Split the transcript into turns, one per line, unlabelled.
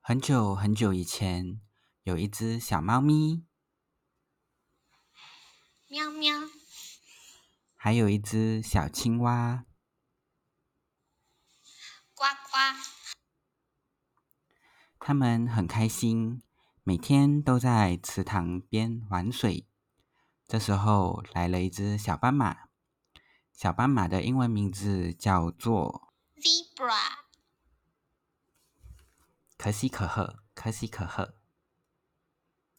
很久很久以前，有一只小猫咪，
喵喵，
还有一只小青蛙。
呱呱，
它们很开心，每天都在池塘边玩水。这时候来了一只小斑马，小斑马的英文名字叫做
zebra，
可喜可贺，可喜可贺。